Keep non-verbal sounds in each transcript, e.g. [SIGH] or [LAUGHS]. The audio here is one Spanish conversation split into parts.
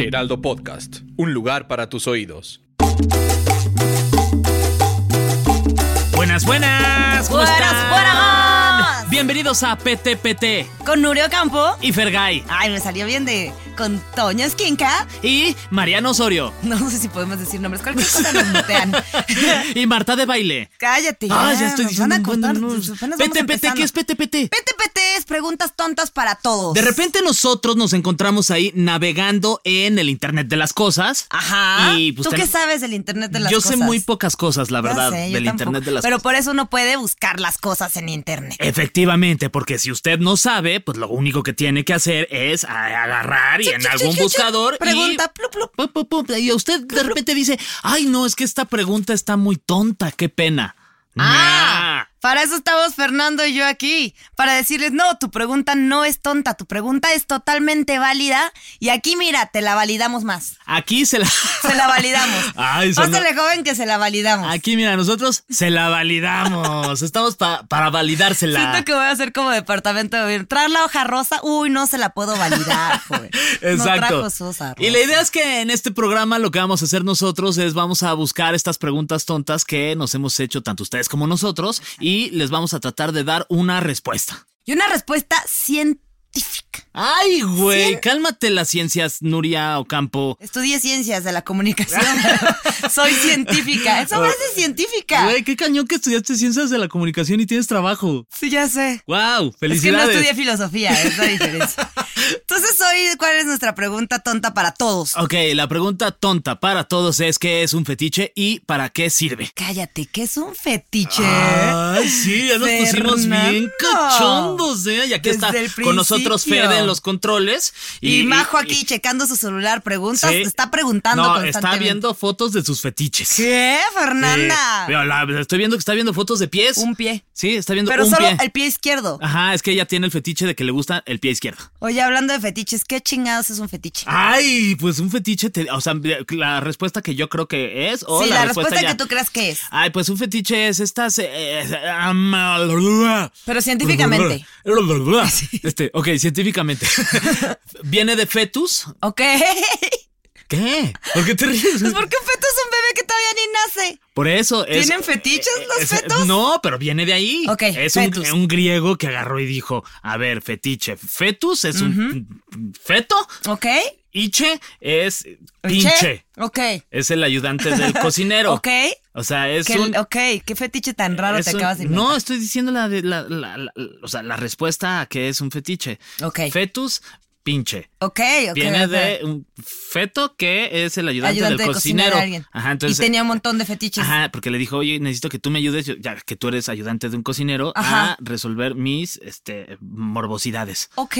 Heraldo Podcast, un lugar para tus oídos. Buenas, buenas. ¿Cómo Buenas, están? buenas. Bienvenidos a PTPT Con Nurio Campo. y Fergay Ay, me salió bien de. Con Toño Esquinca. y Mariano Osorio No sé si podemos decir nombres. Cualquier cosa nos [LAUGHS] mutean. y Marta de Baile. Cállate. Ah, ya estoy nos van a diciendo. bueno, cortar, no. nos- apenas vamos PTPT, empezando. ¿qué es PTPT? PTPT es preguntas tontas para todos. De repente nosotros nos encontramos ahí navegando en el Internet de las Cosas. Ajá. Y, pues, ¿Ah? ¿Tú qué ten- sabes del Internet de las yo cosas? sé muy pocas cosas, la Ya verdad, sé, yo del tampoco. Internet de las Pero Cosas. por eso uno puede buscar las cosas en Internet. Efectivamente, porque si usted no sabe, pues lo único que tiene que hacer es a- agarrar y en algún buscador y- Pregunta, plup, plup. Pu, pu, pu, Y usted de repente dice, ay no, es que esta pregunta está muy tonta, qué pena. Ah, para eso estamos Fernando y yo aquí, para decirles, no, tu pregunta no es tonta, tu pregunta es totalmente válida y aquí mira, te la validamos más. Nah. Aquí se la... [LAUGHS] Se la validamos. Ay, sonó- Pásale, joven, que se la validamos. Aquí, mira, nosotros se la validamos. Estamos pa- para validársela. Siento que voy a hacer como departamento de bien. Traer la hoja rosa, uy, no se la [LAUGHS] puedo validar, joven. No Exacto. trajo su hoja y rosa. la idea es que en este programa lo que vamos a hacer nosotros es vamos a buscar estas preguntas tontas que nos hemos hecho tanto ustedes como nosotros y les vamos a tratar de dar una respuesta. Y una respuesta científica. Ay, güey, cálmate las ciencias, Nuria Ocampo. Estudié ciencias de [LAUGHS] la comunicación. Soy científica. Eso me hace científica. Oh. Güey, qué cañón que estudiaste ciencias de la comunicación y tienes trabajo. Sí, ya sé. ¡Wow! Es que no ¡Felicidades! estudié filosofía, es [LAUGHS] la diferencia. Entonces, hoy, ¿cuál es nuestra pregunta tonta para todos? ok, la pregunta tonta para todos es ¿qué es un fetiche y para qué sirve? Cállate, ¿qué es un fetiche? Ay, sí, ya nos pusimos bien Fernando. cachondos, ¿eh? Y aquí Desde está el con nosotros principio. Fede en los controles. y, Majo aquí y- checando su celular, preguntas, sí. está preguntando No, está constantemente. viendo fotos de sus fetiches. ¿Qué, Fernanda? Sí, pero la- estoy viendo que está viendo fotos de pies. un pie. Sí, está viendo Pero un solo pie. Ah. el pie izquierdo. Ajá, es que ella tiene el fetiche de que le gusta el pie izquierdo. Oye, hablando de fetiches, ¿qué chingados es un fetiche? Ay, pues un fetiche, te- o sea, la respuesta que yo creo que es o sí, la, la, respuesta, ya. que tú creas que es. Ay, pues un fetiche es estas. eh, eh, am- Pero científicamente. Este, ok, científicamente. Viene de fetus. [LAUGHS] ¿Ok? ¿Qué? ¿Por qué te ríes? Pues porque un feto es un bebé que todavía ni nace. Por eso es. eh, ¿Tienen fetiches los es- fetos? No, pero viene de ahí. Ok, es un, fetus. un griego que agarró y dijo: A ver, fetiche. Fetus es un feto. ¿Ok? Iche es pinche. Ok. Es el ayudante [LAUGHS] del cocinero. Ok. O sea, es ¿Qué, un. ok, qué fetiche tan raro es te un- acabas de inventar. No, estoy diciendo la, de- la, la- la- o sea, la respuesta a que es un fetiche. Ok. Fetus, pinche. Ok, ok. Viene ok. de un feto que es el ayudante, ayudante del de cocinar cocinero. a alguien. Ajá, entonces. y tenía un montón de fetiches. Ajá, porque le dijo, oye, necesito que tú me ayudes, yo- ya que tú eres ayudante de un cocinero, a Ajá. resolver mis este, morbosidades. Ok.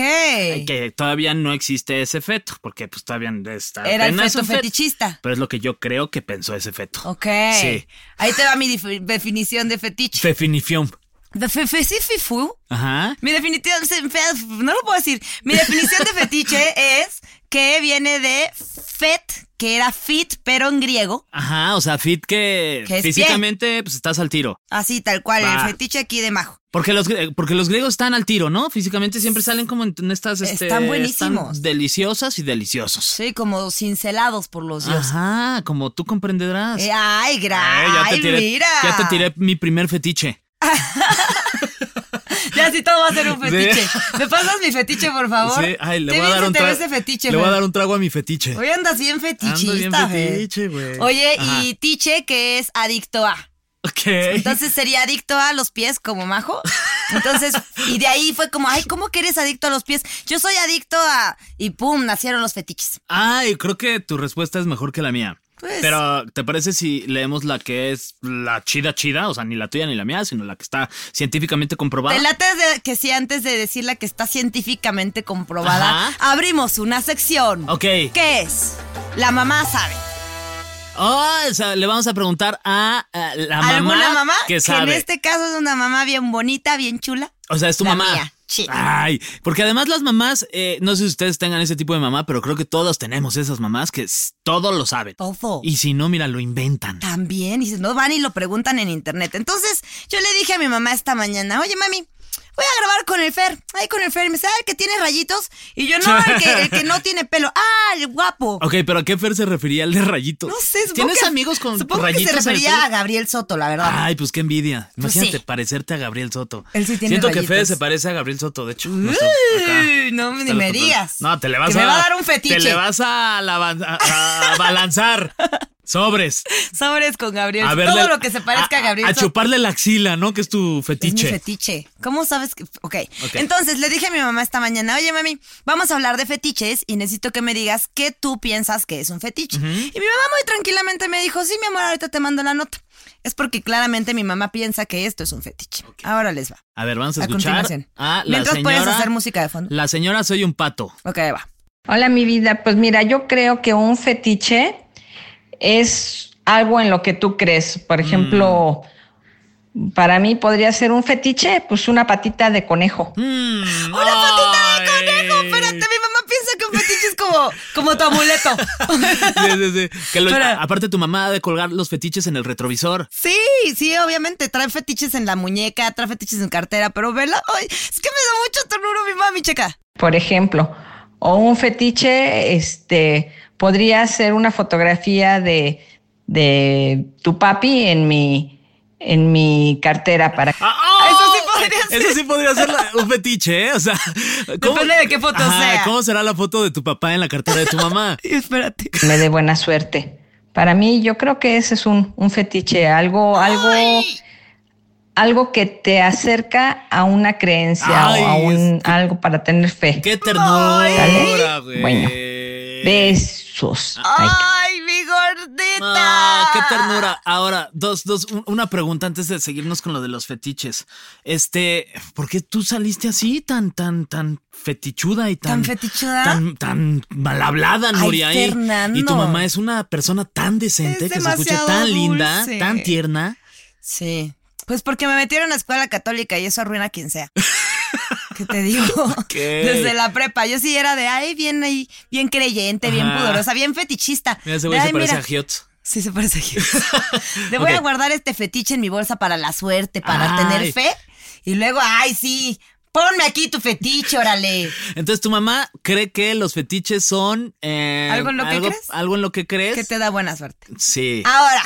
Que todavía no existe ese feto, porque pues todavía está Era el apenas feto un feto. fetichista. Pero es lo que yo creo que pensó ese feto. Ok. Sí. Ahí te va mi dif- definición de fetiche. Fefinifium. De fe- fe- sí, fi- fu. Ajá. Mi definición, se- fe- no lo puedo decir. Mi definición de [LAUGHS] fetiche es que viene de fet, que era fit, pero en griego. Ajá, o sea, fit que Que es pie. físicamente pues estás al tiro. Así, tal cual, Va. el fetiche aquí de Majo. Porque los, gre- porque los griegos están al tiro, ¿no? Físicamente siempre salen como en en estas... Este, Están buenísimos. están deliciosas y deliciosos. Sí, como cincelados por los dioses. Ajá, como tú comprenderás. Eh, [LAUGHS] ay, Eh, gracias. Ay, tiré, mira. ya te tiré mi primer fetiche. Ya sí todo va a ser [LAUGHS] un Sí. fetiche. ¿Me pasas mi fetiche, por favor? Sí, ay, le Qué voy a bien dar se un te ve trago. ese fetiche, le voy a Fer. dar un trago a mi fetiche. Hoy andas bien fetichista, Ando bien Fer. fetiche, güey. Oye, Ajá. y tiche que es adicto a. Ok. Entonces sería adicto a los pies como majo. Entonces, y de ahí fue como, ay, ¿cómo que eres adicto a los pies? Yo soy adicto a. Y pum, nacieron los fetiches. Ay, creo que tu respuesta es mejor que la mía. Pues- Pero, ¿te parece si leemos la que es la chida chida? O sea, ni la tuya ni la mía, sino la que está científicamente comprobada. Te late de- que sí, antes de decir la que está científicamente comprobada, Ajá. abrimos una sección. Ok. ¿Qué es? La mamá sabe. Ah, o sea, le vamos a preguntar a, a la mamá, ¿Alguna mamá? que sabe. en este caso es una mamá bien bonita, bien chula. O sea, es tu La mamá. mía, sí. Ay, porque además las mamás, eh, no sé si ustedes tengan ese tipo de mamá, pero creo que todos tenemos esas mamás que s- todo lo saben. Todo. Y si no, mira, lo inventan. También, y si no van y lo preguntan en internet. Entonces, yo le dije a mi mamá esta mañana, oye mami, voy a grabar con el Fer. Ay, con el Fer. Y me dice, ah, el que tiene rayitos. Y yo, no, el que, el que no tiene pelo. [LAUGHS] Ah, al guapo. Ok, pero ¿a qué Fer se refería el de rayitos? No sé, supongo ¿Tienes que- amigos con supongo rayitos? que se en el refería a pelo? Gabriel Soto, la verdad. Ay, pues qué envidia. Pues Imagínate sí. parecerte a Gabriel Soto. Él sí tiene Siento que rayitos. Fede se parece a Gabriel Soto, de hecho. No, sé, Uy, acá. no Está ni los me controles. digas. No, te le vas Que a. me va a dar un fetiche. Te le vas a, la ban- a- [LAUGHS] a- a balanzar. Sobres. Sobres con Gabriel. A Soto. verle Todo el- lo que se parezca a, Gabriel A Soto. chuparle la axila, ¿no? Que es tu Es mi fetiche. fetiche. ¿Cómo sabes que.? Ok. ok. Entonces le dije a mi mamá esta mañana, oye mami, vamos a hablar de fetiches y necesito que me digas qué tú piensas que es un fetiche. Y mi mamá muy tranquilamente me dijo, sí, mi amor, ahorita te mando la nota. Es porque claramente mi mamá piensa que esto es un fetiche. Ahora les va. a ver, vamos a, A escuchar. continuación. A la Mientras señora, puedes hacer música de fondo. La señora soy un pato. Ok, ahí va. Hola, mi vida. Pues mira, yo creo que un fetiche es algo en lo que tú crees. Por ejemplo, para mí podría ser un fetiche, pues una patita de conejo. Mm, [LAUGHS] ¡Una patita de conejo! Espérate, mi mamá piensa que un fetiche es como, como tu amuleto. [LAUGHS] [LAUGHS] Sí, sí, sí. Que lo- Espera. aparte, tu mamá ha de colgar los fetiches en el retrovisor. Sí, sí, obviamente trae fetiches en la muñeca, trae fetiches en cartera, pero vela, ay, es que me da mucho ternura mi mami, checa. por ejemplo, o un fetiche, este, podría ser una fotografía de, de tu papi en mi, en mi cartera para Ah. Eso sí podría ser. oh. Eso sí podría ser la- un fetiche, ¿eh? O sea, Depende de qué foto sea. ¿Cómo será la foto de tu papá en la cartera de tu [LAUGHS] mamá? Y espérate. que me dé buena suerte. Para mí, yo creo que ese es un, un fetiche, algo, algo, algo que te acerca a una creencia Ay, o a un, es algo para tener fe. ¡Qué ternura, Ay. güey! Bueno, Besos. Ay, Ay, mi gordita. Ah, ¡Qué ternura! Ahora, dos, dos, un- una pregunta antes de seguirnos con lo de los fetiches. Este, ¿por qué tú saliste así tan, tan, tan fetichuda y tan. ¿Tan fetichuda? Tan, tan mal hablada, Ay, Nuria. y- Fernando. Y tu mamá es una persona tan decente Es que se escucha demasiado tan linda, dulce. tan tierna. Sí. Pues porque me metieron a escuela católica y eso arruina a [LAUGHS] quien sea. ¿Qué te digo? Desde la prepa. Yo sí era de, ay, bien ahí, bien creyente, bien Ajá. pudorosa, bien fetichista. Mira, ese güey De, se "Ay, parece mira, a Giotto. Sí, se parece aquí. [LAUGHS] Le voy a Ok. guardar este fetiche en mi bolsa para la suerte, para Ay. tener fe. Y luego, ay, sí, ponme aquí tu [LAUGHS] fetiche, órale. Entonces tu mamá cree que los fetiches son eh, ¿Algo en lo que crees? algo en lo que crees. Que te Ah. da buena suerte. Sí. Ahora,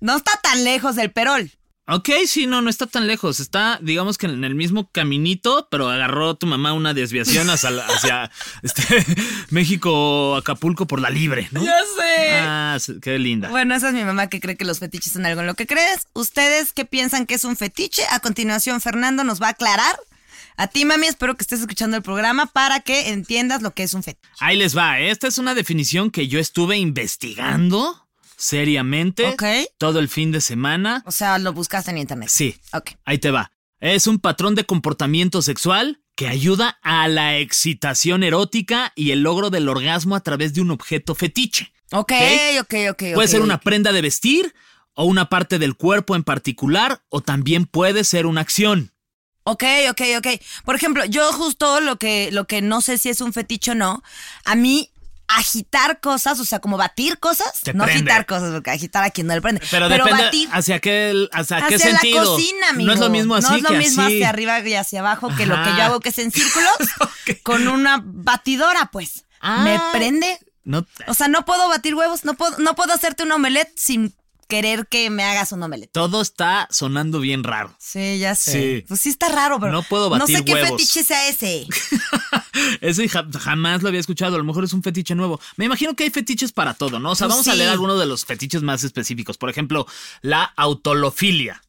no está tan lejos del perol. Ok, sí, no, no está tan lejos. Está, digamos que en el mismo caminito, pero agarró tu mamá una desviación hacia, la- [LAUGHS] hacia, este, [LAUGHS] México, Acapulco por la libre, ¿no? sé. Ah, sí, qué linda. Bueno, esa es mi mamá que cree que los fetiches son algo en lo que crees. ¿Ustedes qué piensan que es un fetiche? A continuación, Fernando nos va a aclarar. A ti, mami, espero que estés escuchando el programa para que entiendas lo que es un fetiche. Ahí les va. ¿eh? Esta es una definición que yo estuve investigando seriamente Ok. todo el fin de semana. O sea, lo buscaste en internet. Sí, Ok. Ahí te va. Es un patrón de comportamiento sexual que ayuda a la excitación erótica y el logro del orgasmo a través de un objeto fetiche. Ok, ok, ok. Puede ok. ser una prenda de vestir o una parte del cuerpo en particular o también puede ser una acción. Ok, ok, ok. Por ejemplo, yo justo lo que, lo que no sé si es un fetiche o no, a mí agitar cosas, o sea, como batir cosas, Te no prende. agitar cosas, porque agitar a quien no le prende. Pero, depende batir hacia qué, hacia qué hacia sentido. la cocina, amigo. No es lo mismo así No es lo que mismo así. hacia arriba y hacia abajo que lo que Ajá. yo hago, que es [LAUGHS] en círculos, con una batidora, pues. Ah. Me prende. No, O sea, no puedo batir huevos, no puedo, no puedo hacerte un omelette sin querer que me hagas un omelette. todo está sonando bien raro. Sí, ya sé. Sí. Pues sí está raro, pero No puedo No sé batir qué huevos. fetiche sea ese. Ese ja- jamás lo había escuchado. A lo mejor es un fetiche nuevo. Me imagino que hay fetiches para todo, ¿no? O sea, Pues vamos a sí. leer algunos de los fetiches más específicos. Por ejemplo, la autolofilia,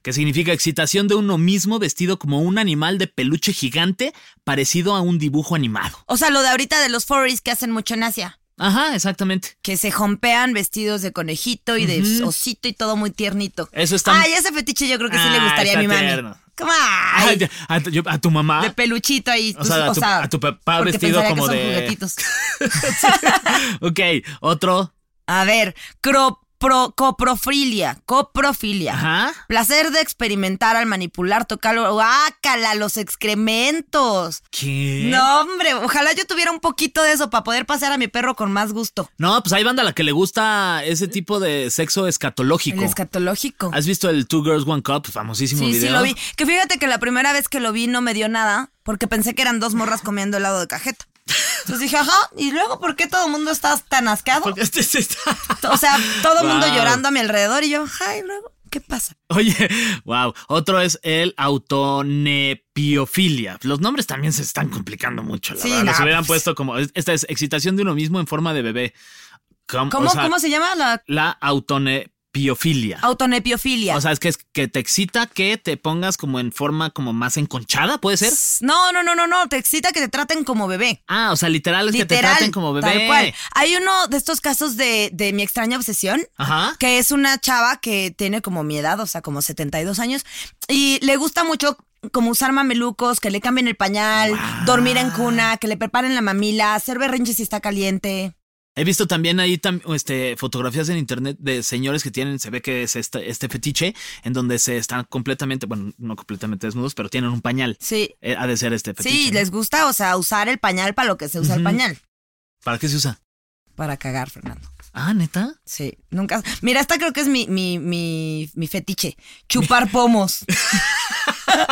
que significa excitación de uno mismo vestido como un animal de peluche gigante parecido a un dibujo animado. O sea, lo de ahorita de los furries que hacen mucho en Asia. Ajá, exactamente. Que se jompean vestidos de conejito y de Ujú. osito y todo muy tiernito. Eso está- Ay, ese fetiche yo creo que sí le Ah, gustaría a está mi mami. tierno. Come on. Ay, ya, a, tu- yo- a tu mamá. De peluchito ahí. O sea, a tu- a tu papá porque vestido pensaría como que son de- juguetitos. ok, otro. A ver, cro- pro- coprofilia. Coprofilia. Ajá. Placer de experimentar al manipular, tocar. ¡Ácala! Los excrementos. ¿Qué? No, hombre, ojalá yo tuviera un poquito de eso para poder pasear a mi perro con más gusto. No, pues hay banda a la que le gusta ese tipo de sexo escatológico. El escatológico. [LAUGHS] ¿Has visto el Two Girls One Cup? Famosísimo Sí, video. sí lo vi. Que fíjate que la primera vez que lo vi no me dio nada porque pensé que eran dos morras comiendo helado de cajeta. Entonces dije, ajá, y luego, ¿por qué todo el mundo está tan asqueado? [LAUGHS] Porque este se está... O sea, todo el mundo Wow. llorando a mi alrededor y yo, ajá, y luego, ¿qué pasa? [LAUGHS] Oye, wow. Otro es el autonepiofilia. Los nombres también se están complicando mucho, la Sí, verdad. Los no, hubieran pues. puesto como. Esta es excitación de uno mismo en forma de bebé. Com- o ¿Cómo, sea, ¿cómo Oh, se llama la La autonepiofilia. autonepiofilia? O sea, es que, es que te excita que te pongas como en forma como más enconchada, ¿puede ser? no, no, no, no, no, te excita que te traten como bebé. Ah, o sea, literal es que te traten como bebé. Tal cual. Hay uno de estos casos de, de mi extraña obsesión. Ajá. Que es una chava que tiene como mi edad, o sea, como 72 años, y le gusta mucho como usar mamelucos, que le cambien el pañal, dormir en cuna, que le preparen la mamila, hacer berrinche si está caliente. He visto también ahí tam- este, fotografías en internet de señores que tienen, se ve que es este, este fetiche, en donde se están completamente, bueno, no completamente desnudos, pero tienen un pañal. Sí. Eh, ha de ser este fetiche. Sí, ¿no? les gusta, o sea, usar el pañal para lo que se usa el Ujú. pañal. ¿Para qué se usa? Para cagar, Fernando. Ah, neta. Sí, nunca. Mira, esta creo que es mi, mi, mi, mi fetiche. Chupar pomos. [LAUGHS] [LAUGHS] Pero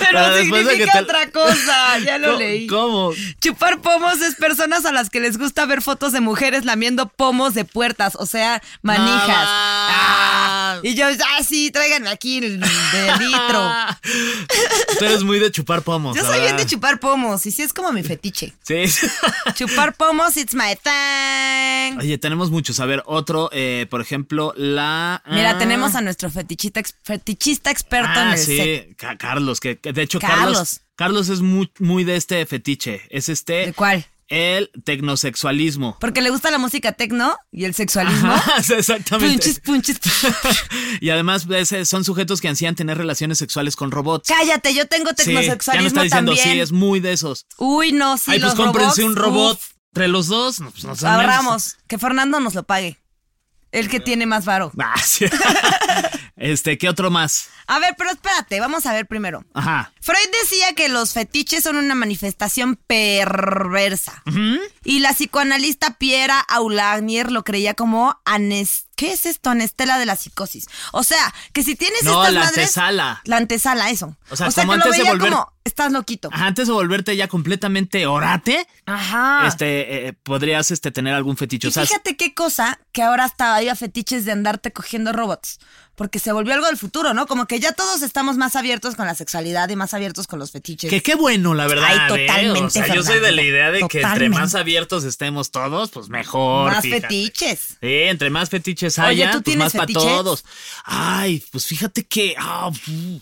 Para después de que significa te- otra cosa. Ya lo ¿Cómo- leí. ¿Cómo? Chupar pomos es personas a las que les gusta ver fotos de mujeres lamiendo pomos de puertas, o sea, manijas. No, Ah, y yo, ah, sí, tráiganme aquí el de [LAUGHS] litro. Tú eres muy de chupar pomos. Yo la soy bien de verdad. chupar pomos, y sí es como mi fetiche. Sí. [LAUGHS] Chupar pomos, it's my thing. Oye, tenemos muchos. A ver, otro, eh, por ejemplo, la. Mira, ah, tenemos a nuestro fetichita, ex- fetichista experto en Ah, el sexo. sí, Ca- Carlos, que, que de hecho Carlos. Carlos. Carlos es muy, muy de este fetiche. Es este. ¿De cuál? El tecnosexualismo. Porque le gusta la música tecno y [LAUGHS] el sexualismo. Ajá, exactamente. Punchis, punchis. [LAUGHS] y además ese- son sujetos que ansían tener relaciones sexuales con robots. Cállate, yo Sí, ya tengo me tecnosexualismo está diciendo, también. sí, es muy de esos. Uy, no, sí, Ay, pues los cómprense un robots, robot. uf. Entre los dos, no, pues nos Ahorramos. Que Fernando nos lo pague. El que tiene más varo. [LAUGHS] Ah, sí. [LAUGHS] este, ¿qué otro más? A ver, pero espérate, vamos a ver primero. Ajá. Freud decía que los fetiches son una manifestación perversa. Y la psicoanalista Piera Aulagnier lo creía como anes... ¿Qué es esto? Anestela de la psicosis. O sea, que si tienes No, estas la madres- antesala. La antesala, eso. O sea, que como lo antes de veía volver- como, estás loquito. Ajá, Antes de volverte ya completamente orate, Ajá. este, eh, podrías este, tener algún fetiche. Ah. Y O sea, fíjate qué cosa que ahora hasta hay fetiches de andarte cogiendo robots. Porque se volvió algo del futuro, ¿no? Como que ya todos estamos más abiertos con la sexualidad y más abiertos con los fetiches. que qué bueno, la verdad. Ay, ¿eh? totalmente, O sea, yo soy de la Fernando, idea de que entre totalmente. más abiertos estemos todos, pues mejor. más fíjate. fetiches. [LAUGHS] Sí, entre más fetiches Oye, haya, ¿tú pues tienes más para fetiches? todos. Ay, pues fíjate que. ah, fu-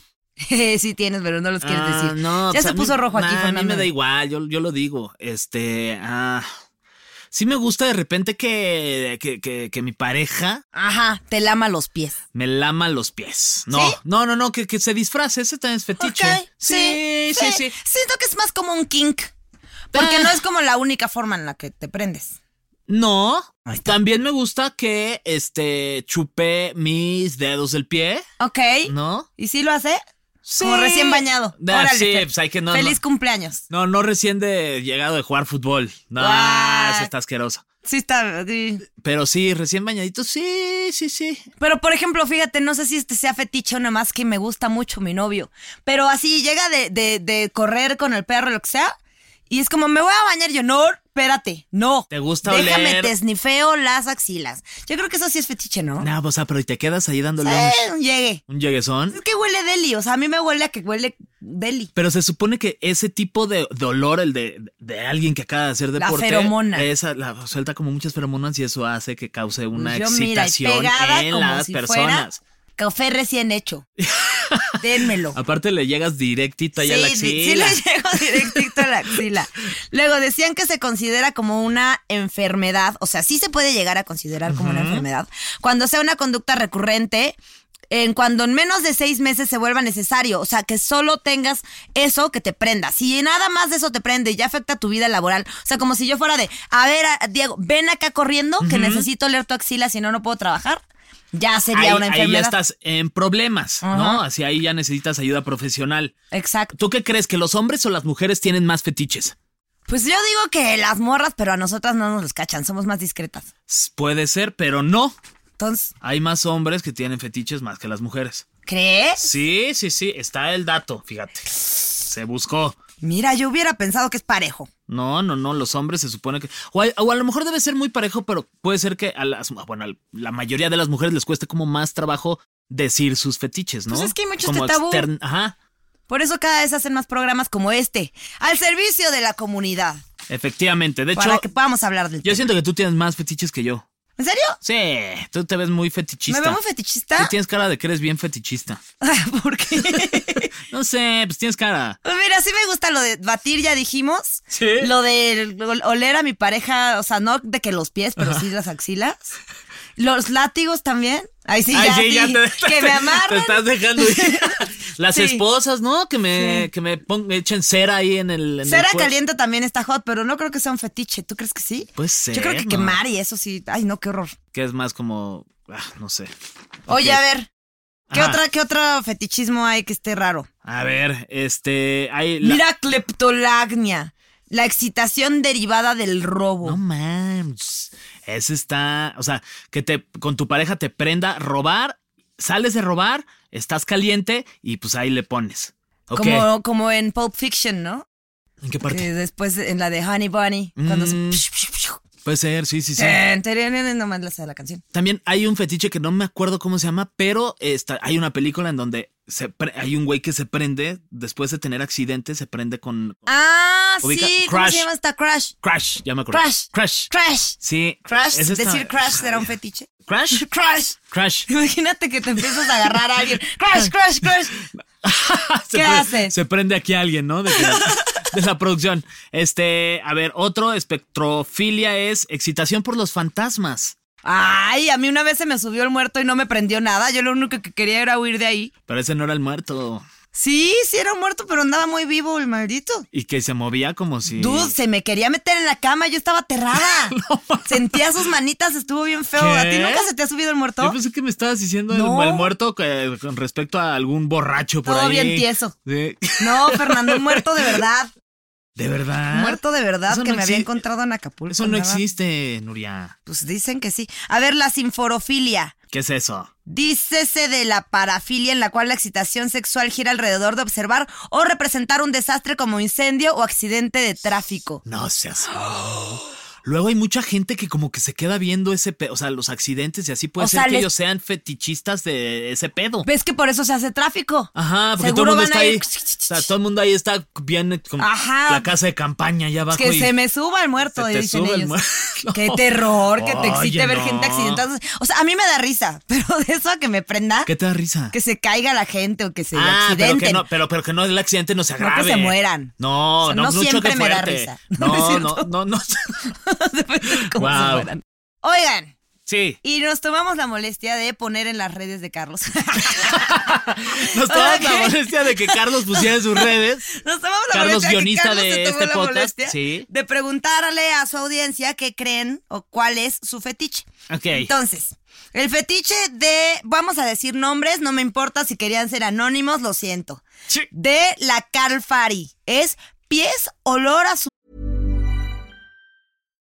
sí tienes, pero no los quieres ah, decir. no, ya pues se a mí- puso rojo aquí, nah, A mí Fernando. me da igual, yo, yo lo digo. Este. Ah, sí me gusta de repente que, que, que, que mi pareja Ajá, te lama los pies. me lama los pies. No, ¿Sí? no, no, no, que, que se disfrace. Ese también es fetiche. Ok, sí, sí, sí. Siento que es más como un kink. Porque Ah. no es como la única forma en la que te prendes. No. Ahí está. También me gusta que este chupe mis dedos del pie, Ok. ¿no? ¿Y si lo hace? Sí. Como recién bañado. Ah, Órale, sí, Fer. pues hay que no- Feliz no- cumpleaños. No, no recién de llegado de jugar fútbol. No, Ah. eso está asqueroso. Sí está... sí. Pero sí, recién bañadito, sí, sí, sí. Pero, por ejemplo, fíjate, no sé si este sea fetiche o nada más que me gusta mucho mi novio. Pero así llega de, de- de correr con el perro, lo que sea. Y es como, me voy a bañar. Yo, no, espérate, no. ¿Te gusta Déjame, oler? te snifeo las axilas. Yo creo que eso sí es fetiche, ¿no? No, o sea, pero y te quedas ahí dándole Eh, un llegue. un, un lleguezón. Es que huele deli. O sea, a mí me huele a que huele deli. Pero se supone que ese tipo de dolor, el de, de alguien que acaba de hacer deporte, feromona. esa la suelta como muchas feromonas y eso hace que cause una Pues Yo, mira, y excitación pegada en como las si personas. fuera café [LAUGHS] recién hecho. Dénmelo. Aparte le llegas directito allá a la Sí, di- sí le axila. llego directito a la axila. Luego decían que se considera como una enfermedad, o sea, sí se puede llegar a considerar como una enfermedad, cuando sea una conducta recurrente, en cuando en menos de seis meses se vuelva necesario, o sea, que solo tengas eso que te prenda. Si nada más de eso te prende y ya afecta tu vida laboral, o sea, como si yo fuera de, a ver, a- Diego, ven acá corriendo, que necesito leer tu axila, si no, no puedo trabajar, ya [LAUGHS] sería ahí, una ahí enfermedad. ya estás en problemas, ¿no? Ajá. Así ahí ya necesitas ayuda profesional. Exacto. ¿Tú qué crees? ¿Que los hombres o las mujeres tienen más fetiches? Pues yo digo que las morras, pero a nosotras no nos los cachan, somos más discretas. S- Puede ser, pero no. Entonces, Hay más hombres que tienen fetiches más que las mujeres. ¿crees? Sí, sí, sí, está el dato, fíjate. Se buscó. Mira, yo hubiera pensado que es parejo. No, no, no, los hombres se supone que... O a, o a lo mejor debe ser muy parejo, pero puede ser que a las... Bueno, a la mayoría de las mujeres les cueste como más trabajo decir sus fetiches, ¿no? Pues es que hay mucho Como este tabú. extern- Ajá, Por eso cada vez hacen más programas como este, al servicio de la comunidad, efectivamente. De para hecho, que podamos hablar del yo tema. siento que tú tienes más fetiches que yo. ¿En serio? Sí, tú te ves muy fetichista. ¿Me veo muy Tú fetichista? [LAUGHS] Ah, tienes cara de que eres bien fetichista. ¿Por qué? [LAUGHS] No sé, pues tienes cara. Pues Mira, sí me gusta lo de batir, ya dijimos. Sí. Lo de ol- oler a mi pareja, o sea, no de que los pies, pero sí las axilas. Los látigos también. Ahí sí, ya, sí. [LAUGHS] que me Te amarren. estás dejando ir. [LAUGHS] Las Sí. esposas, ¿no? Que me, que me pon- me echen cera ahí en el. en el Cera cuerpo. caliente también está hot, pero no creo que sea un fetiche. ¿Tú crees que sí? Puede ser, Yo creo que ¿no? quemar y eso sí. Ay, no, qué horror. Que es más como. ah, no sé. Oye, Ok. a ver, ¿qué, Ajá. otra, ¿qué otro fetichismo hay que esté raro? A ver, este. Hay la- Mira, cleptolagnia. La excitación derivada del robo. No mames. Ese está. O sea, que te con tu pareja te prenda robar, sales de robar, estás caliente y pues ahí le pones. Ok. Como, como en Pulp Fiction, ¿no? ¿En qué parte? Que después en la de Honey Bunny, cuando se. Mm. Puede ser, sí, sí, sí. Ten, teren, teren, nomás la sé la canción. También hay un fetiche que no me acuerdo cómo se llama, pero está, hay una película en donde se pre- hay un güey que se prende, después de tener accidente, se prende con Ah, Ubica- sí, ¿cómo Crash. se llama esta? Crash. Crash, ya me acuerdo. Crash. Crash. Crash. Sí. Crash. ese está- Decir crash será un fetiche. Crash. Crash. Crash. [LAUGHS] Imagínate que te empiezas a agarrar a alguien. Crash, crash, crash. [LAUGHS] Se ¿Qué pre- hace? Se prende aquí alguien, ¿no? De, [LAUGHS] que- de la producción. Este, a ver, otro espectrofilia es excitación por los fantasmas. Ay, a mí una vez se me subió el muerto y no me prendió nada. Yo lo único que quería era huir de ahí. Pero ese no era el muerto. Sí, sí era un muerto, pero andaba muy vivo el maldito. Y que se movía como si. Dude, se me quería meter en la cama, yo [LAUGHS] estaba aterrada. Sentía sus manitas, estuvo bien feo. ¿A ti ¿Qué? nunca se te ha subido el muerto? Yo pues, pensé que me estabas diciendo el- No. el, muerto que- con respecto a algún borracho por Todo ahí. bien tieso. Sí. [LAUGHS] No, Fernando, un muerto de verdad. De verdad. Muerto de verdad Ah, Eso que no me había exi- encontrado en Acapulco. Eso no andaba- existe, Nuria. Pues dicen que sí. A ver, la sinforofilia. ¿Qué es eso? Dícese de la parafilia en la cual la excitación sexual gira alrededor de observar o representar un desastre como incendio o accidente de tráfico. No seas. [GASPS] Luego hay mucha gente que como que se queda viendo ese pedo, o sea, los accidentes y así puede O ser sea, que les- ellos sean fetichistas de ese pedo. ¿Ves que por eso se hace tráfico? Ajá, porque todo Seguro el mundo van está a ir- ahí. O sea, todo el mundo ahí está bien eh, con Ajá. la casa de campaña allá abajo. Que y- se me suba el muerto, se te dicen sube el ellos. muerto. Qué terror que te Oye, excite ver no. gente accidentada. O sea, a mí me da risa, [LAUGHS] pero de eso a que me prenda, ¿Qué te da risa? que se caiga la gente o que se Ah, pero que accidenten. no, pero, pero que no el accidente no se que agrave. se mueran. [LAUGHS] No, O sea, no, no pues un siempre choque me da fuerte. risa. [LAUGHS] No es No, no, cierto. no, [LAUGHS] no. Depende de cómo se Guau. mueran. Oigan, Sí. y nos tomamos la molestia de poner en las redes de Carlos. Nos tomamos la Ok. molestia de que Carlos pusiera en sus redes. [LAUGHS] Nos tomamos la Carlos, molestia que guionista Carlos de se tomó este la podcast, molestia sí. de preguntarle a su audiencia qué creen o cuál es su fetiche. Ok. Entonces, el fetiche de, vamos a decir nombres, no me importa si querían ser anónimos, lo siento. Sí. De la Calfari es pies olor a su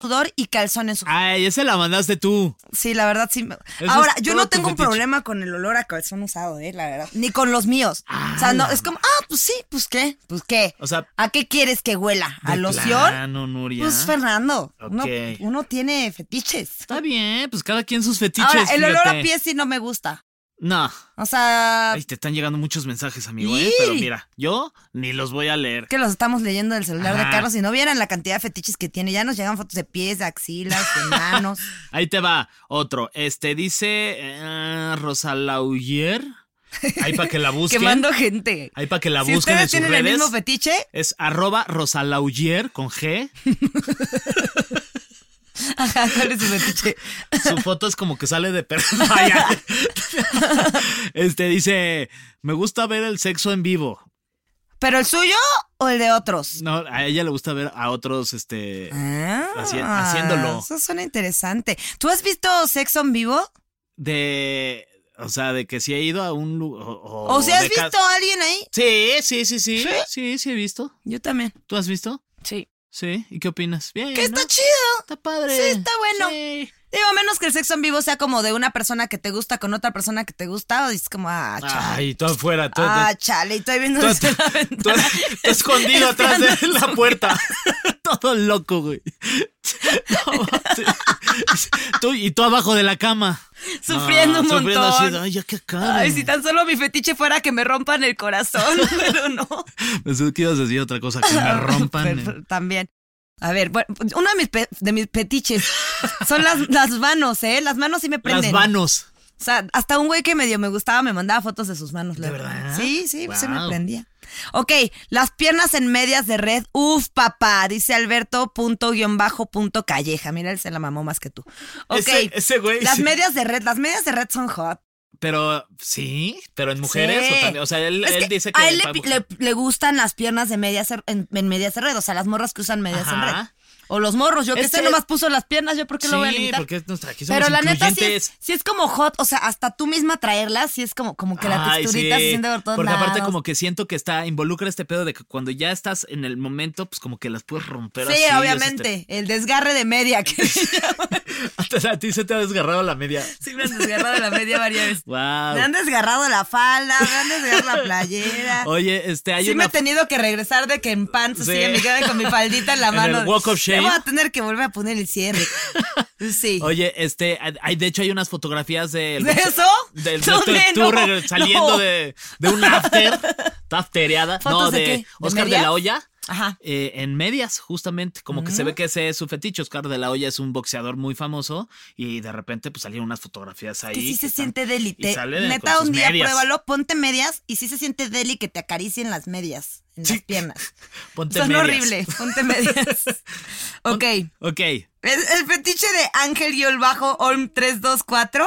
sudor y calzones. Ay, esa la mandaste tú. Sí, la verdad sí. me- Ah. es Ahora, yo todo no tu tengo un fetiche. problema con el olor a calzón usado, eh, la verdad. Ni con los míos. o sea, no, es como, ah, pues sí, pues qué, pues qué. O sea, ¿a qué quieres que huela? ¿A de loción? plano, Nuria. Pues Fernando, uno- Ok. uno, tiene fetiches. Está bien, pues cada quien sus fetiches. Ahora, el olor fíjate. a pies sí no me gusta. No. O sea, Ay, te están llegando muchos mensajes, amigo, ¿eh? Pero mira, yo ni los voy a leer. que los estamos leyendo del celular Ajá. de Carlos y no vieran la cantidad de fetiches que tiene. Ya nos llegan fotos de pies, de axilas, de manos. Ahí te va otro. Este dice eh, Rosa Lauyer. Ahí para [LAUGHS] que la [LAUGHS] busquen. quemando gente. Ahí para que la si busquen ustedes en sus tienen el redes. mismo [LAUGHS] fetiche, es arroba Rosalauyer con G. Ajá, ¿cuál es su fetiche? Su foto es como que sale de [LAUGHS] perro. Vaya. Este dice, me gusta ver el sexo en vivo. ¿Pero el suyo o el de otros? No, a ella le gusta ver a otros, este... Ah, Haci- haciéndolo. Eso suena interesante. ¿Tú has visto sexo en vivo? De... O sea, de que si he ido a un lugar... O, ¿O si has de ca- visto a alguien ahí? Sí, sí, sí, sí. ¿Sí? Sí, sí he visto. Yo también. ¿Tú has visto? Sí. Sí. ¿Y qué opinas? Bien, Que ¿no? está chido. Está padre. Sí, está bueno. Sí. Digo, a menos que el sexo en vivo sea como de una persona que te gusta con otra persona que te gusta. Y es como, ah, chale. Ay, tú afuera, tú, ah, chale. Y estoy viendo tú- desde la tú- ventana. [LAUGHS] tú escondido atrás de la puerta. Todo loco, güey. No, sí. Tú- y tú abajo de la cama. Sufriendo Ah, un sufriendo así, montón. Ay, ya que acá. Ay, si tan solo mi fetiche fuera que me rompan el corazón, [LAUGHS] pero no. Pensé que ibas a decir otra cosa, que [LAUGHS] me rompan. Pero- eh. pero También. A ver, bueno, uno de mis, pe- de mis petiches son las, las manos, ¿eh? Las manos sí me Las prenden. manos. O sea, hasta un güey que medio me gustaba me mandaba fotos de sus manos. ¿De luego. verdad? Sí, sí, pues sí me Guau. prendía. Ok, las piernas en medias de red. Uf, papá, dice Alberto punto guión bajo punto calleja. Mira, él se la mamó más que tú. Ok. Ese- ese güey, Las sí. medias de red, las medias de red son hot. Pero sí, pero en mujeres. Sí. O, también- o sea, él, Es él que dice que. a él para le, mujeres. le- le gustan las piernas de medias er- en, en medias de red, o sea, las morras que usan medias en Ajá. red. O los morros, yo que Es este que- nomás puso las piernas, yo por qué lo voy a Sí, limitar. porque es nuestra- aquí somos Pero la neta sí incluyentes. es, sí es como hot, o sea, hasta tú misma traerlas, sí es como, como que la Ay, texturita sí. se siente por todos Porque aparte lados. como que siento que está, involucra este pedo de que cuando ya estás en el momento, pues como que las puedes romper así. sí, o sea, [LAUGHS] obviamente, el desgarre de media, que se llama. te- a ti se te ha desgarrado la media. sí me han desgarrado la media varias veces. Me han Wow. desgarrado la falda, me han desgarrado la playera. [LAUGHS] Oye, este, hay sí me una... he tenido que regresar de que en pan Sí. sí. me quedé con mi faldita en [LAUGHS] la En mano. el walk of shame. Me voy a tener que volver a poner [LAUGHS] el cierre. Sí. Oye, este, hay, de hecho hay unas fotografías del ¿De boxe- eso? [LAUGHS] Del No, boxeo de no, tú regre- no. saliendo de, de un after, está aftereada. No, ¿Fotos de, de qué? ¿De Oscar de medias? la Hoya. Ajá. Mm. eh, en medias, justamente, como que se ve que ese es su fetiche. Oscar de la Hoya es un boxeador muy famoso y de repente pues salieron unas fotografías ahí. que sí se están- siente deli. y Te, sale de- neta, con sus un día medias. pruébalo, ponte medias y sí se siente deli que te acaricien las medias, en las piernas. [LAUGHS] Ponte Son medias. horrible, [LAUGHS] ponte medias. ok. Ok. Es- el fetiche de [LAUGHS] Ángel-Olm324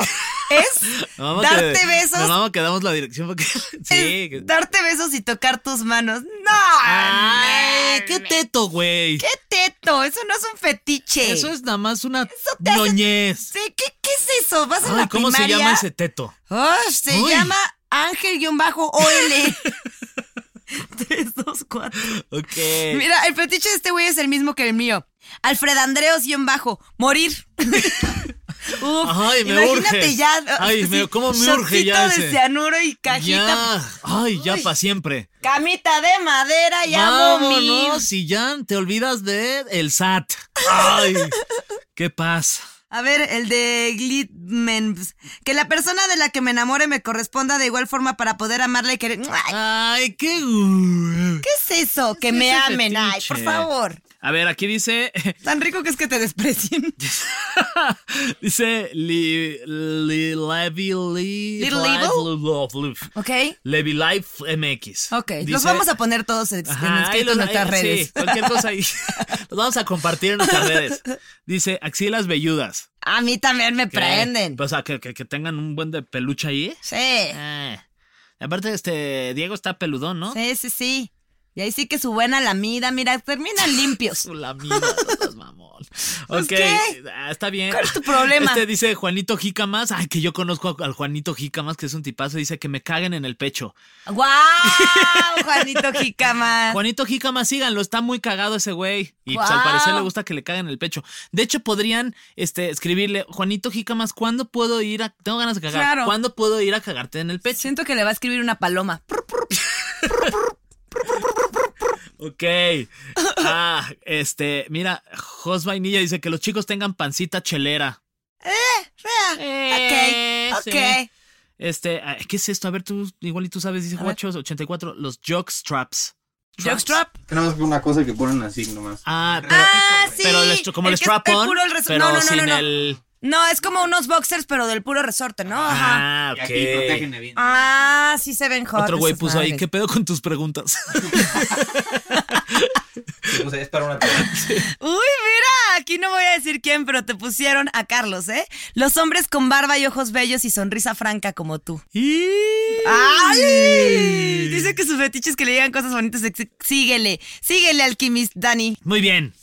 es Vamos a que- darte Nos [LAUGHS] besos. vamos que damos la dirección porque. [LAUGHS] Sí. que- es darte besos y tocar tus manos. ¡No! ¡Ay! ¡Qué mames! teto, güey! ¡Qué teto! Eso no es un fetiche. Eso es nada más una te hace- noñez. Sí, ¿qué, qué es eso? ¿Vas a Ay, la ¿cómo se primaria? llama ese teto? Ay, Oh, se Uy. llama Ángel-OL. [LAUGHS] 3, 2, 4. Ok. Mira, el fetiche de este güey es el mismo que el mío. Alfred Andreos-Bajo. [LAUGHS] Morir. Uf, Ay, me imagínate urge. ya. Ay, sí, me- cómo me urge ya shotcito de ese. cianuro y cajita. Ya. Ay, ya Uy. para siempre. Camita de madera, ya morir. Vámonos, y ya te olvidas de el SAT. Ay, qué paz. A ver, el de Glitmen. Que la persona de la que me enamore me corresponda de igual forma para poder amarla y querer. Ay, Ay, qué. gu- ¿Qué es eso? Que Ah. es me ese amen. Ay, fetiche? por favor. A ver, aquí dice [LAUGHS] Tan rico que es que te desprecien. Dice Li, li, Levi Li- Little Live- Evil? Love- Love- ¿Ok? Levi Life MX. Ok. los Dice- vamos a poner todos en, en Ajá, ahí escrito en los- nuestras ahí- redes. Sí, cualquier [LAUGHS] cosa ahí. [LAUGHS] los vamos a compartir en nuestras redes. Dice axilas velludas. A mí también me Que- prenden. O sea, que, que- que tengan un buen de peluche ahí. Sí. pues, Ah. Aparte, este Diego está peludón, ¿no? Sí, sí, sí. Y ahí sí que su buena lamida, [LAUGHS] mira, terminan limpios. Su lamida, no seas [LAUGHS] mamón. Pues, Ok, ¿qué? ah, está bien. ¿Cuál es tu problema? Este dice Juanito Jicamas. Ay, que yo conozco a- al Juanito Jicamas, que es un tipazo. Dice que me caguen en el pecho. ¡Guau! [LAUGHS] Juanito Jicama. Juanito Jicamas, síganlo. Está muy cagado ese güey. Y pues, al Guau. parecer le gusta que le caguen en el pecho. De hecho, podrían este, escribirle, Juanito Jicamas, ¿cuándo puedo ir a. Tengo ganas de cagar. Claro. ¿Cuándo puedo ir a cagarte en el pecho? Pues Siento que le va a escribir una paloma. Ok. Ah, este, mira, Jos Vainilla dice que los chicos tengan pancita chelera. Eh, Eh, ok, sí. ok. Este, ay, ¿qué es esto? A ver, tú, igual y tú sabes, dice A ver. Guachos 84, los jockstraps. Jockstrap. Tenemos una cosa que ponen así nomás. Ah, pero, Ah, sí. pero el, como el, El que es el strap-on, puro el res- pero no, no, no, sin no, no. el... No, es como unos boxers, pero del puro resorte, ¿no? Ajá. Ah, Y aquí ok. protegen bien. Ah, sí se ven hot. Otro güey esas puso ahí, madres. ¿qué pedo con tus [LAUGHS] preguntas? O sea, es para una tarea. Uy, mira, aquí aquí no voy a decir quién, pero te pusieron a Carlos, ¿eh? Los hombres con barba y ojos bellos y sonrisa franca como tú. Y- ¡Ay! Dice que su fetiche es que le digan cosas bonitas. Ex- Síguele, síguele, alquimist Dani. Muy bien.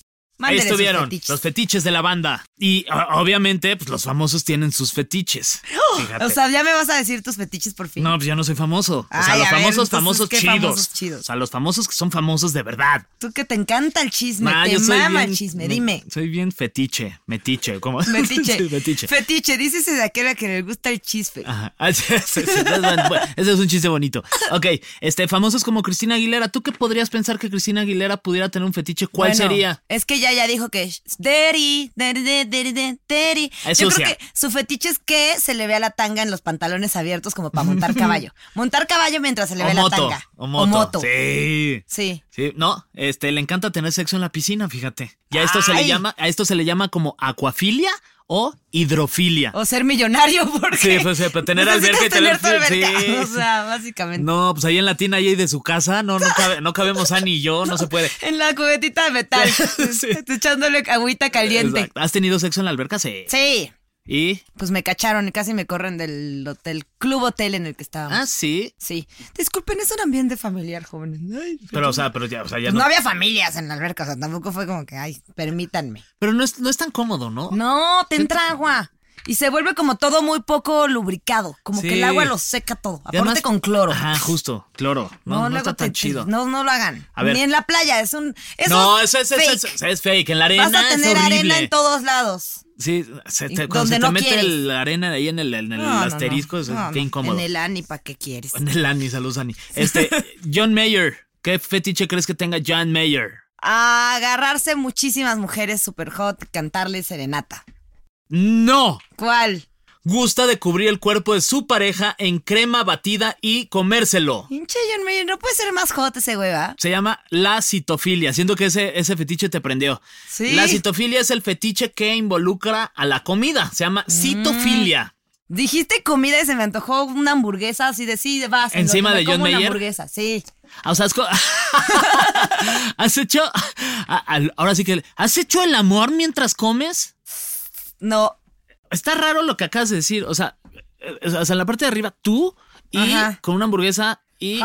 Ahí Mándele sus estuvieron fetiches. los fetiches de la banda. Y o- obviamente, pues los famosos tienen sus [GASPS] fetiches. Fíjate. O sea, ya me vas a decir tus fetiches por fin. no, pues yo no soy famoso. O sea, Ay, los a ver, famosos, entonces, famosos ¿qué chidos. famosos chidos? O sea, los famosos que son famosos de verdad. Tú que te encanta el chisme, Nah, te Ah, yo soy mama el bien- chisme, me- [LAUGHS] dime. Soy bien fetiche, metiche, ¿cómo? [LAUGHS] Fetiche. Sí, metiche. Fetiche, dícese de aquel a que le gusta el chisme. Ajá. [LAUGHS] Ah, sí, sí, sí. Bueno, Ese es un chiste bonito. Ok, este, famosos como Cristina Aguilera. ¿Tú qué podrías pensar que Cristina Aguilera pudiera tener un fetiche? ¿Cuál Bueno, sería? Es que ella ya dijo que es Deri, Deri, Deri, Deri, Deri, Deri. Es Yo sucia. creo que su fetiche es que se le vea la tanga en los pantalones abiertos como [LAUGHS] para montar caballo. Montar caballo mientras se le O ve moto, la tanga. o moto. Sí. Sí. Sí, no, este, le encanta tener sexo en la piscina, fíjate. Y a esto se le Ay. llama, a esto se le llama como acuafilia o hidrofilia. O ser millonario [LAUGHS] porque Sí, pues, sí, pero [LAUGHS] tener necesitas alberca y tener tener tu alberca. [LAUGHS] sí. O sea, básicamente. No, pues ahí en la tina y de su casa, no, no, cabe- no cabemos Ani y yo, no se [LAUGHS] puede. En la cubetita de metal. [LAUGHS] [LAUGHS] Este, Sí. Echándole agüita caliente. Exacto. ¿Has tenido sexo en la alberca? Sí. Sí. ¿Y? Pues me cacharon y casi me corren del hotel, club hotel en el que estábamos. Ah, sí. Sí. Disculpen, es un ambiente familiar, jóvenes. Ay, Pero, o sea, pero ya, o sea, ya Pues no no. había familias en la alberca, o sea, tampoco fue como que, ay, permítanme. Pero no es, no es tan cómodo, ¿no? No, te entra agua. Y se vuelve como todo muy poco lubricado, como Sí. que el agua lo seca todo. Y Aparte además- con cloro. Ajá, justo, cloro. No, no, luego está te- tan te- chido. No, no lo hagan. A ver. Ni en la playa, es un. es no, un eso es, eso fake. es, eso es fake. En la arena Vas a tener es horrible. arena en todos lados. Sí, se te, Y cuando donde se te no mete quieres. la arena de ahí en el, en el No, no, no. asterisco, es No, qué no. incómodo. En el ANI, ¿para qué quieres? En el Ani, saludos [LAUGHS] Ani. Este, John Mayer, ¿qué fetiche crees que tenga John Mayer? A agarrarse muchísimas mujeres super hot, cantarle serenata. No. ¿Cuál? Gusta de cubrir el cuerpo de su pareja en crema batida y comérselo. Hinche John Mayer, no puede ser más hot ese güey, ¿va? Se llama la citofilia. Siento que ese, ese fetiche te prendió. Sí. La citofilia es el fetiche que involucra a la comida. Se Mm. llama citofilia. Dijiste comida y se me antojó una hamburguesa así de sí, vas. en lo ¿Encima que me de como John una Mayer? hamburguesa, sí. Ah, O sea, es co- [LAUGHS] ¿Has hecho. a- al- Ahora sí que. ¿Has hecho el amor mientras comes? No, Está raro lo que acabas de decir. O sea, eh, o sea, en la parte de arriba tú y Ajá. con una hamburguesa y.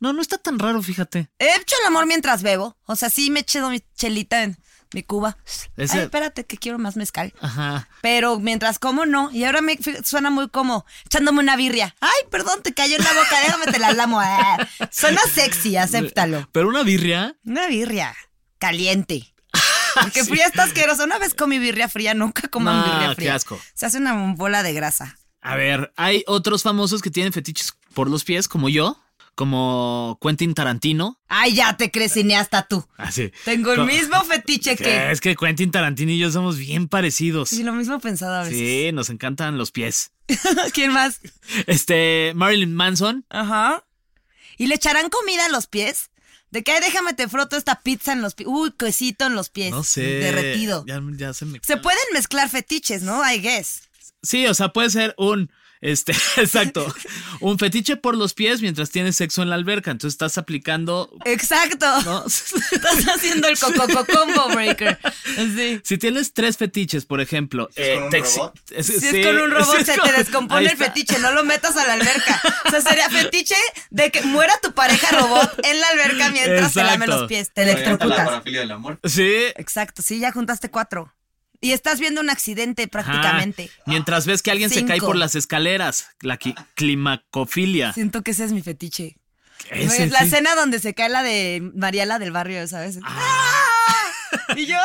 No, no está tan raro, fíjate. He hecho el amor mientras bebo. O sea, sí me eché mi chelita en mi cuba. Ese- Ay, espérate, que quiero más mezcal. Ajá. Pero mientras como, no. Y ahora me fí- suena muy como echándome una birria. Ay, perdón, te cayó en la boca, déjame te la lamo. Ah, Suena sexy, acéptalo. Pero una birria. Una birria [LAUGHS] caliente. Porque fría está asquerosa. Una vez comí birria fría, nunca coman No, birria qué fría. asco. Se hace una bola de grasa. A ver, hay otros famosos que tienen fetiches por los pies, como yo, como Quentin Tarantino. Ay, ya te crees cineasta tú. Así. Tengo el mismo fetiche que. Es que Quentin Tarantino y yo somos bien parecidos. Sí, Sí, lo mismo pensado a veces. nos encantan los pies. [LAUGHS] ¿Quién más? Este, Marilyn Manson. Ajá. ¿Y le echarán comida a los pies? De que, ay, déjame te froto esta pizza en los pies. Uy, quesito en los pies. No sé. Derretido. Ya, ya se me. Se pueden mezclar fetiches, ¿no? I guess. Sí, o sea, puede ser un. Este, [LAUGHS] exacto. Un fetiche por los pies mientras tienes sexo en la alberca. Entonces estás aplicando. Exacto. ¿no? [LAUGHS] [LAUGHS] Estás haciendo el cococo combo breaker. Sí. Si tienes tres fetiches, por ejemplo. eh, es con un te exhi- robot? es- Si sí, es con un [LAUGHS] robot, si se es te con- Ahí descompone el está. fetiche, no lo metas a la alberca. O sea, sería fetiche de que muera tu pareja robot en la alberca mientras te lame Exacto. los pies, te Está la electrocutas. parafilia del amor. Sí. Exacto, sí, ya juntaste cuatro. Y estás viendo un accidente Ajá. prácticamente. Mientras ves que alguien se cae Cinco. Ah. por las escaleras. La qui- climacofilia. Siento que ese es mi fetiche. Ese Es la sí. escena donde se cae la de Mariela del barrio, ¿sabes? ¡Ah! Y yo, Ah,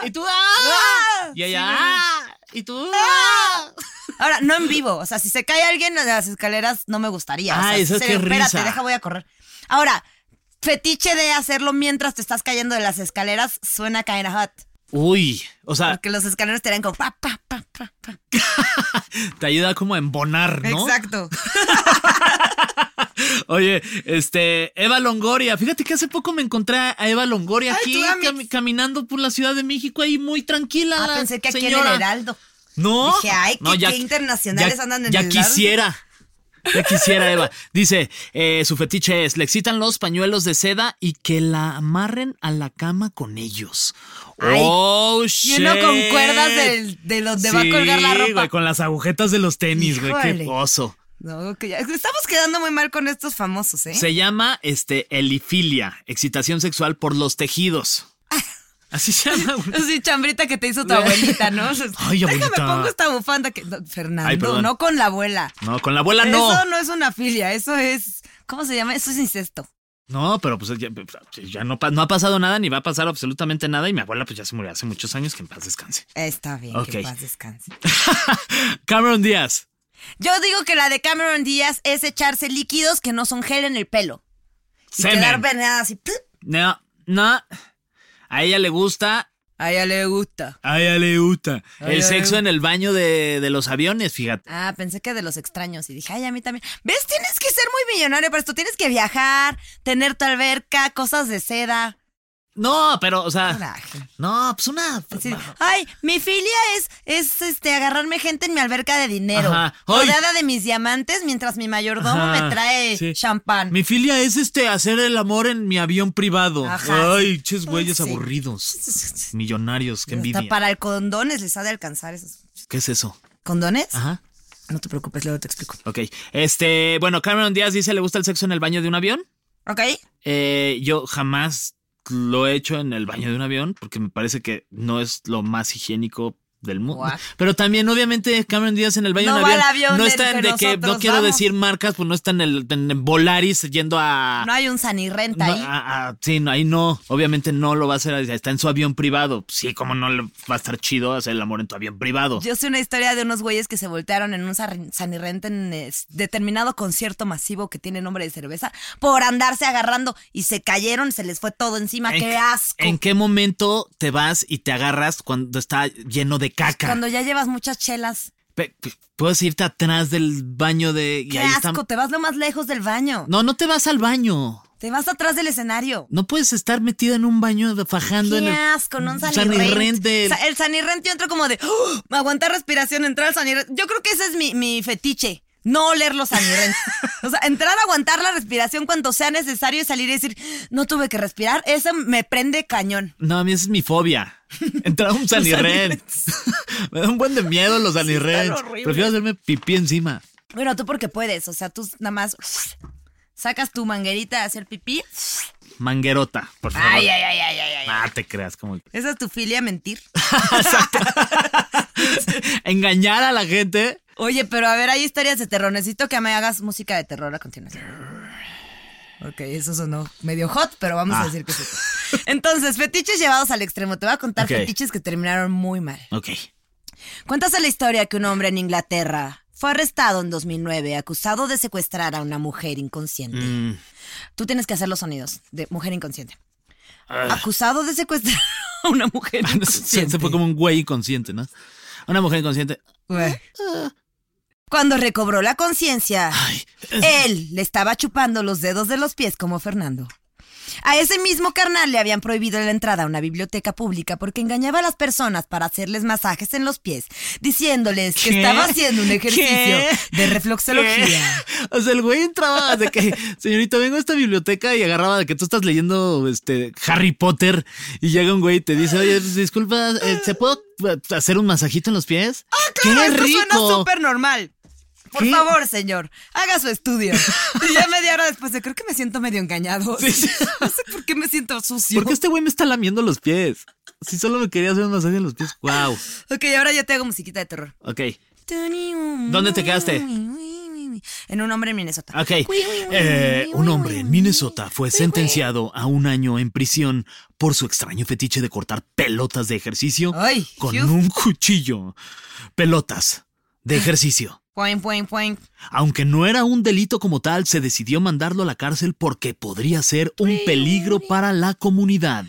¡ah! Y tú. ah. Ah. Y ella. Sí, ah. Y tú. ah. [LAUGHS] Ahora, no en vivo. O sea, si se cae alguien de las escaleras, no me gustaría. O sea, Ay, eso sí qué sería, Espérate, risa. deja, voy a correr. Ahora, fetiche de hacerlo mientras te estás cayendo de las escaleras suena kinda hot. Uy. O sea, Porque los escaleras te dan como pa, pa, pa, pa, pa. te ayuda como a embonar, ¿no? Exacto. Oye, este, Eva Longoria, fíjate que hace poco me encontré a Eva Longoria Ay, aquí tú, Amix. cami- caminando por la Ciudad de México ahí muy tranquila. Ah, la pensé que aquí en señora. el Heraldo. No. Dije, ay, no, qué- qué internacionales ya- andan en Ya el Heraldo. quisiera. Ya quisiera, Eva. Dice, eh, su fetiche es, le excitan los pañuelos de seda y que la amarren a la cama con ellos. Ay, oh, shit. Y uno con cuerdas del- de, los de va a colgar la Sí, ropa. güey, con las agujetas de los tenis, güey. Qué Híjole. oso. No, que ya- Estamos quedando muy mal con estos famosos, ¿eh? Se llama este helifilia, excitación sexual por los tejidos. Ah. Así se llama. [LAUGHS] güey. Sí, chambrita que te hizo tu abuelita, ¿no? [LAUGHS] Ay, abuelita. Déjame pongo esta bufanda que. no, Fernando, Ay, perdón. no con la abuela. No, con la abuela Ah, no. Eso no es una filia, eso es. ¿Cómo se llama? Eso es incesto. No, pero pues ya, ya no, pa- no ha pasado nada ni va a pasar absolutamente nada y mi abuela pues ya se murió hace muchos años, que en paz descanse. [LAUGHS] Está bien, Ok. que paz descanse. Cameron Díaz. Yo digo que la de Cameron Díaz es echarse líquidos que no son gel en el pelo. Y Semen. quedar venada así. ¡puf! No, no. A ella le gusta. A ella le gusta. A ella le gusta. A el ella le sexo gusta. en el baño de, de los aviones, fíjate. Ah, pensé que de los extraños y dije, ay, a mí también. ¿Ves? Tienes que ser muy millonario para esto. Tienes que viajar, tener tu alberca, cosas de seda. No, pero, o sea. Coraje. No, pues una. Así de, ay, mi filia es, es este, agarrarme gente en mi alberca de dinero. Ajá. Ay. Rodeada de mis diamantes mientras mi mayordomo Ajá, me trae sí. champán. Mi filia es este hacer el amor en mi avión privado. Ajá. Ay, ches güeyes Sí. aburridos. Millonarios, qué envidia. Hasta para el condones les ha de alcanzar esos. ¿Qué es eso? ¿Condones? Ajá. No te preocupes, luego te explico. Ok. Este, bueno, Cameron Díaz dice, ¿le gusta el sexo en el baño de un avión? ¿Ok? Eh, yo jamás lo he hecho en el baño de un avión porque me parece que no es lo más higiénico del mundo. Guau. Pero también, obviamente, Cameron Díaz en el baño No de un va avión. al avión no del está en que de que, no nosotros quiero vamos. decir marcas, pues no está en el en, en Volaris yendo a. No hay un sanirrenta Ah. no, ah. ahí. a- a- sí, no, ahí no. Obviamente no lo va a hacer. Está en su avión privado. Sí, como no le va a estar chido hacer el amor en tu avión privado. Yo sé una historia de unos güeyes que se voltearon en un sarri- sanirrenta en eh, determinado concierto masivo que tiene nombre de cerveza por andarse agarrando y se cayeron, se les fue todo encima. ¿En ¡Qué qué- asco! ¿En qué momento te vas y te agarras cuando está lleno de caca? Cuando ya llevas muchas chelas. Pe- pe- Puedes irte atrás del baño de. y ¡Qué ahí asco! está- Te vas lo más lejos del baño. No, no te vas al baño. Te vas atrás del escenario. No puedes estar metida en un baño de- fajando en ¡Qué el. asco! No un Sanirrent sanirrent. de- Sa- El sanirrent yo entro como de ¡oh! aguantar respiración, entrar al sanirrent. Yo creo que ese es mi, mi fetiche. No oler los sanirrents. O sea, entrar a aguantar la respiración cuando sea necesario y salir y decir, no tuve que respirar, eso me prende cañón. No, a mí esa es mi [LAUGHS] fobia. Entrar a un sanirren. [LAUGHS] Me da un buen de miedo los sanirren. horribles. Prefiero hacerme pipí encima. Bueno, tú porque puedes, o sea, tú nada más sacas tu manguerita a hacer pipí. Manguerota, por favor. Ay, ay, ay, ay, ay, ay. Ah, te creas [LAUGHS] como. Esa es tu filia mentir. [LAUGHS] Engañar a la gente. Oye, pero a ver, hay historias de terror. Necesito que me hagas música de terror a continuación. Ok, eso sonó medio hot, pero vamos Ah. a decir que sí. Entonces, fetiches llevados al extremo. Te voy a contar Ok. fetiches que terminaron muy mal. Ok. Cuéntase la historia que un hombre en Inglaterra fue arrestado en 2009 acusado de secuestrar a una mujer inconsciente. Mm. Tú tienes que hacer los sonidos de mujer inconsciente. Acusado de secuestrar [LAUGHS] a una mujer Ah. [LAUGHS] Se, inconsciente. se fue como un güey inconsciente, ¿no? Una mujer inconsciente. Güey. Cuando recobró la conciencia, él le estaba chupando los dedos de los pies como Fernando. A ese mismo carnal le habían prohibido la entrada a una biblioteca pública porque engañaba a las personas para hacerles masajes en los pies, diciéndoles ¿Qué? que estaba haciendo un ejercicio ¿Qué? de reflexología. ¿Qué? O sea, el güey entraba de que, [LAUGHS] señorita, vengo a esta biblioteca y agarraba de que tú estás leyendo este Harry Potter y llega un güey y te dice, oye, pues, disculpa, eh, ¿se puedo eh, hacer un masajito en los pies? ¡Ah, Claro, esto suena súper normal. Por ¿Qué? favor, señor, haga [LAUGHS] su estudio. Y ya media hora después, de, creo que me siento medio engañado. sí. [LAUGHS] No sé por qué me siento sucio. ¿Por qué este güey me está lamiendo los pies? Si solo me quería hacer un masaje en los pies. Wow. Ok, ahora ya te hago musiquita de terror. Ok. ¿Dónde te quedaste? En un hombre en Minnesota. Ok. Eh, un hombre en Minnesota fue sentenciado a un año en prisión por su extraño fetiche de cortar pelotas de ejercicio Ay, con Dios. un cuchillo. Pelotas de ejercicio. Poing, poing, poing. Aunque no era un delito como tal, se decidió mandarlo a la cárcel porque podría ser un peligro para la comunidad.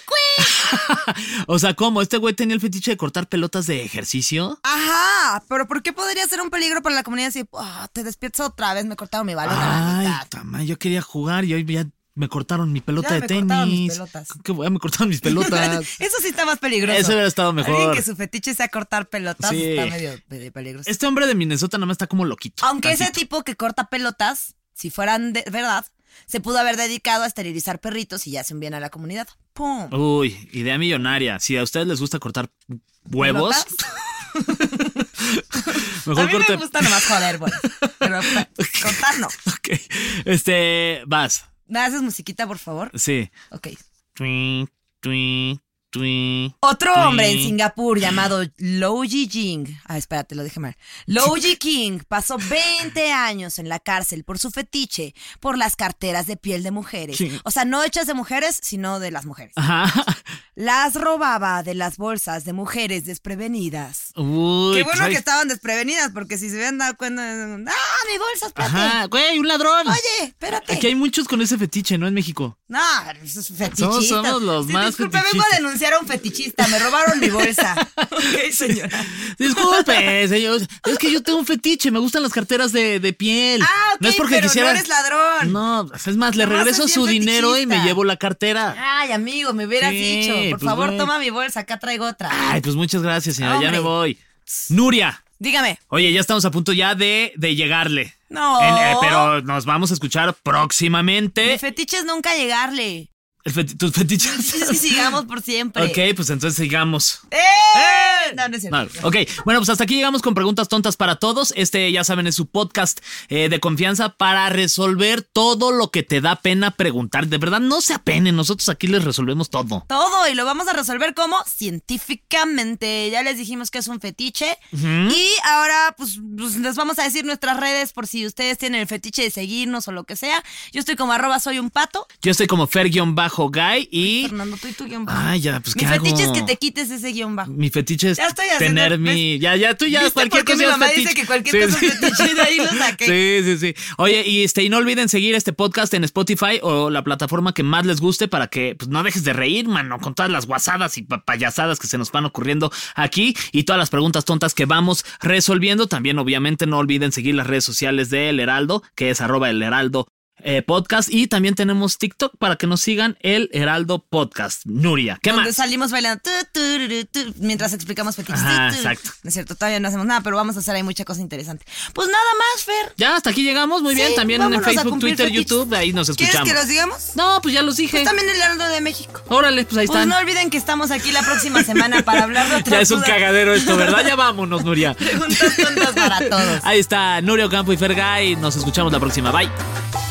[LAUGHS] o sea, ¿cómo? ¿Este güey tenía el fetiche de cortar pelotas de ejercicio? Ajá, pero ¿por qué podría ser un peligro para la comunidad si ah, te despiertas otra vez? Me cortaron mi balón a la Ay, mitad. tama, yo quería jugar y hoy ya me cortaron mi pelota de Ya me cortaron mis tenis. pelotas. Que, ya me cortaron mis pelotas. [LAUGHS] Eso sí está más peligroso. Eso hubiera estado Alguien mejor. que su fetiche sea cortar pelotas Sí. está medio, medio peligroso. este hombre de Minnesota nada más está como loquito. Aunque ese tantito. tipo que corta pelotas, si fueran de verdad, se pudo haber dedicado a esterilizar perritos y ya hace un bien a la comunidad. ¡Pum! Uy, idea millonaria. Si a ustedes les gusta cortar huevos, ¿Pelotas? mejor a mí corte. me gusta nomás joder, bueno. Pero pa- cortar no. [LAUGHS] Ok. Este, vas. ¿Me haces musiquita, por favor? Sí. Ok. Twin, twin, twin. Otro Sí. hombre en Singapur llamado Loji Jing. Ah, espérate, lo dije mal. Loji King pasó 20 años en la cárcel por su fetiche por las carteras de piel de mujeres. Sí. Ah. O sea, no hechas de mujeres, sino de las mujeres. Ajá. [LAUGHS] Las robaba de las bolsas de mujeres desprevenidas. Uy, Qué pues bueno ahí- que estaban desprevenidas, porque si se hubieran dado cuenta. ¡Ah, mi bolsa, espérate! Ajá, güey, un ladrón. Oye, espérate. Aquí hay muchos con ese fetiche, ¿no? En México. No, esos fetichistas. somos los más Disculpe, vengo fetichistas. a denunciar a un fetichista. Me robaron [LAUGHS] mi bolsa. [LAUGHS] ok, señora. Disculpe, señor. Es que yo tengo un fetiche, me gustan las carteras de, de piel. Ah, ok, no es porque pero quisiera. no eres ladrón. No, es más, le Nomás regreso soy su bien dinero y me fetichista. llevo la cartera. Ay, amigo, me hubieras Sí, dicho. Por pues, favor, güey. toma mi bolsa, acá traigo otra. Ay, pues muchas gracias, señora. Ya Hombre. me voy. Nuria. Dígame. Oye, ya estamos a punto ya de, de llegarle. No. En- eh, pero eh. nos vamos a escuchar próximamente. Oh. Mi fetiche es nunca llegarle. El feti- tus [LAUGHS] fetiches. [LAUGHS] Es que sigamos por siempre. ok, pues entonces sigamos. ¡Eh! No, no es cierto. No, ok, bueno, pues hasta aquí llegamos con preguntas tontas para todos. Este, ya saben, es su podcast eh, de confianza para resolver todo lo que te da pena preguntar. De verdad, no se apenen, nosotros aquí les resolvemos todo. Todo y lo vamos a resolver como científicamente. Ya les dijimos que es un fetiche. Y ahora, pues, pues, les vamos a decir nuestras redes por si ustedes tienen el fetiche de seguirnos o lo que sea. Yo estoy como arroba soy un pato. Yo estoy como Fer-Guy y. Fernando, tú y tu guión bajo. Ay, ya, pues Mi ¿qué hago? fetiche es que te quites ese guión bajo. Mi fetiche es Ya estoy haciendo- tener mi. Ya, ya, tú ya, ¿Viste cualquier por qué cosa mi es mamá dice fetiche. que cualquier cosa es fetiche? De ahí lo saqué. Sí, sí, sí. Oye, y este, y no olviden seguir este podcast en Spotify o la plataforma que más les guste para que pues, no dejes de reír, mano, con todas las guasadas y pa- payasadas que se nos van ocurriendo aquí y todas las preguntas tontas que vamos resolviendo. También, obviamente, no olviden seguir las redes sociales de El Heraldo, que es arroba el heraldo. eh, podcast y también tenemos TikTok para que nos sigan el Heraldo Podcast. Nuria, ¿qué Donde más? salimos bailando tu, tu, tu, tu, mientras explicamos fetiches. Ajá, Tu, tu. exacto. No es cierto, todavía no hacemos nada, pero vamos a hacer ahí mucha cosa interesante. Pues nada más, Fer. Ya, hasta aquí llegamos. Muy Sí, bien. También en vámonos a Facebook, cumplir Twitter, fetiches. YouTube. Ahí nos ¿Quieres escuchamos. que los digamos? No, pues ya los dije. Pues también el Heraldo de México. Órale, pues ahí Pues están. no olviden que estamos aquí la próxima semana para [LAUGHS] hablar de otras ya es un dudas. cagadero esto, ¿verdad? Ya vámonos, [LAUGHS] Nuria. Preguntas tontas para todos. Ahí está Nuria Ocampo y Fergay. Nos escuchamos la próxima. Bye.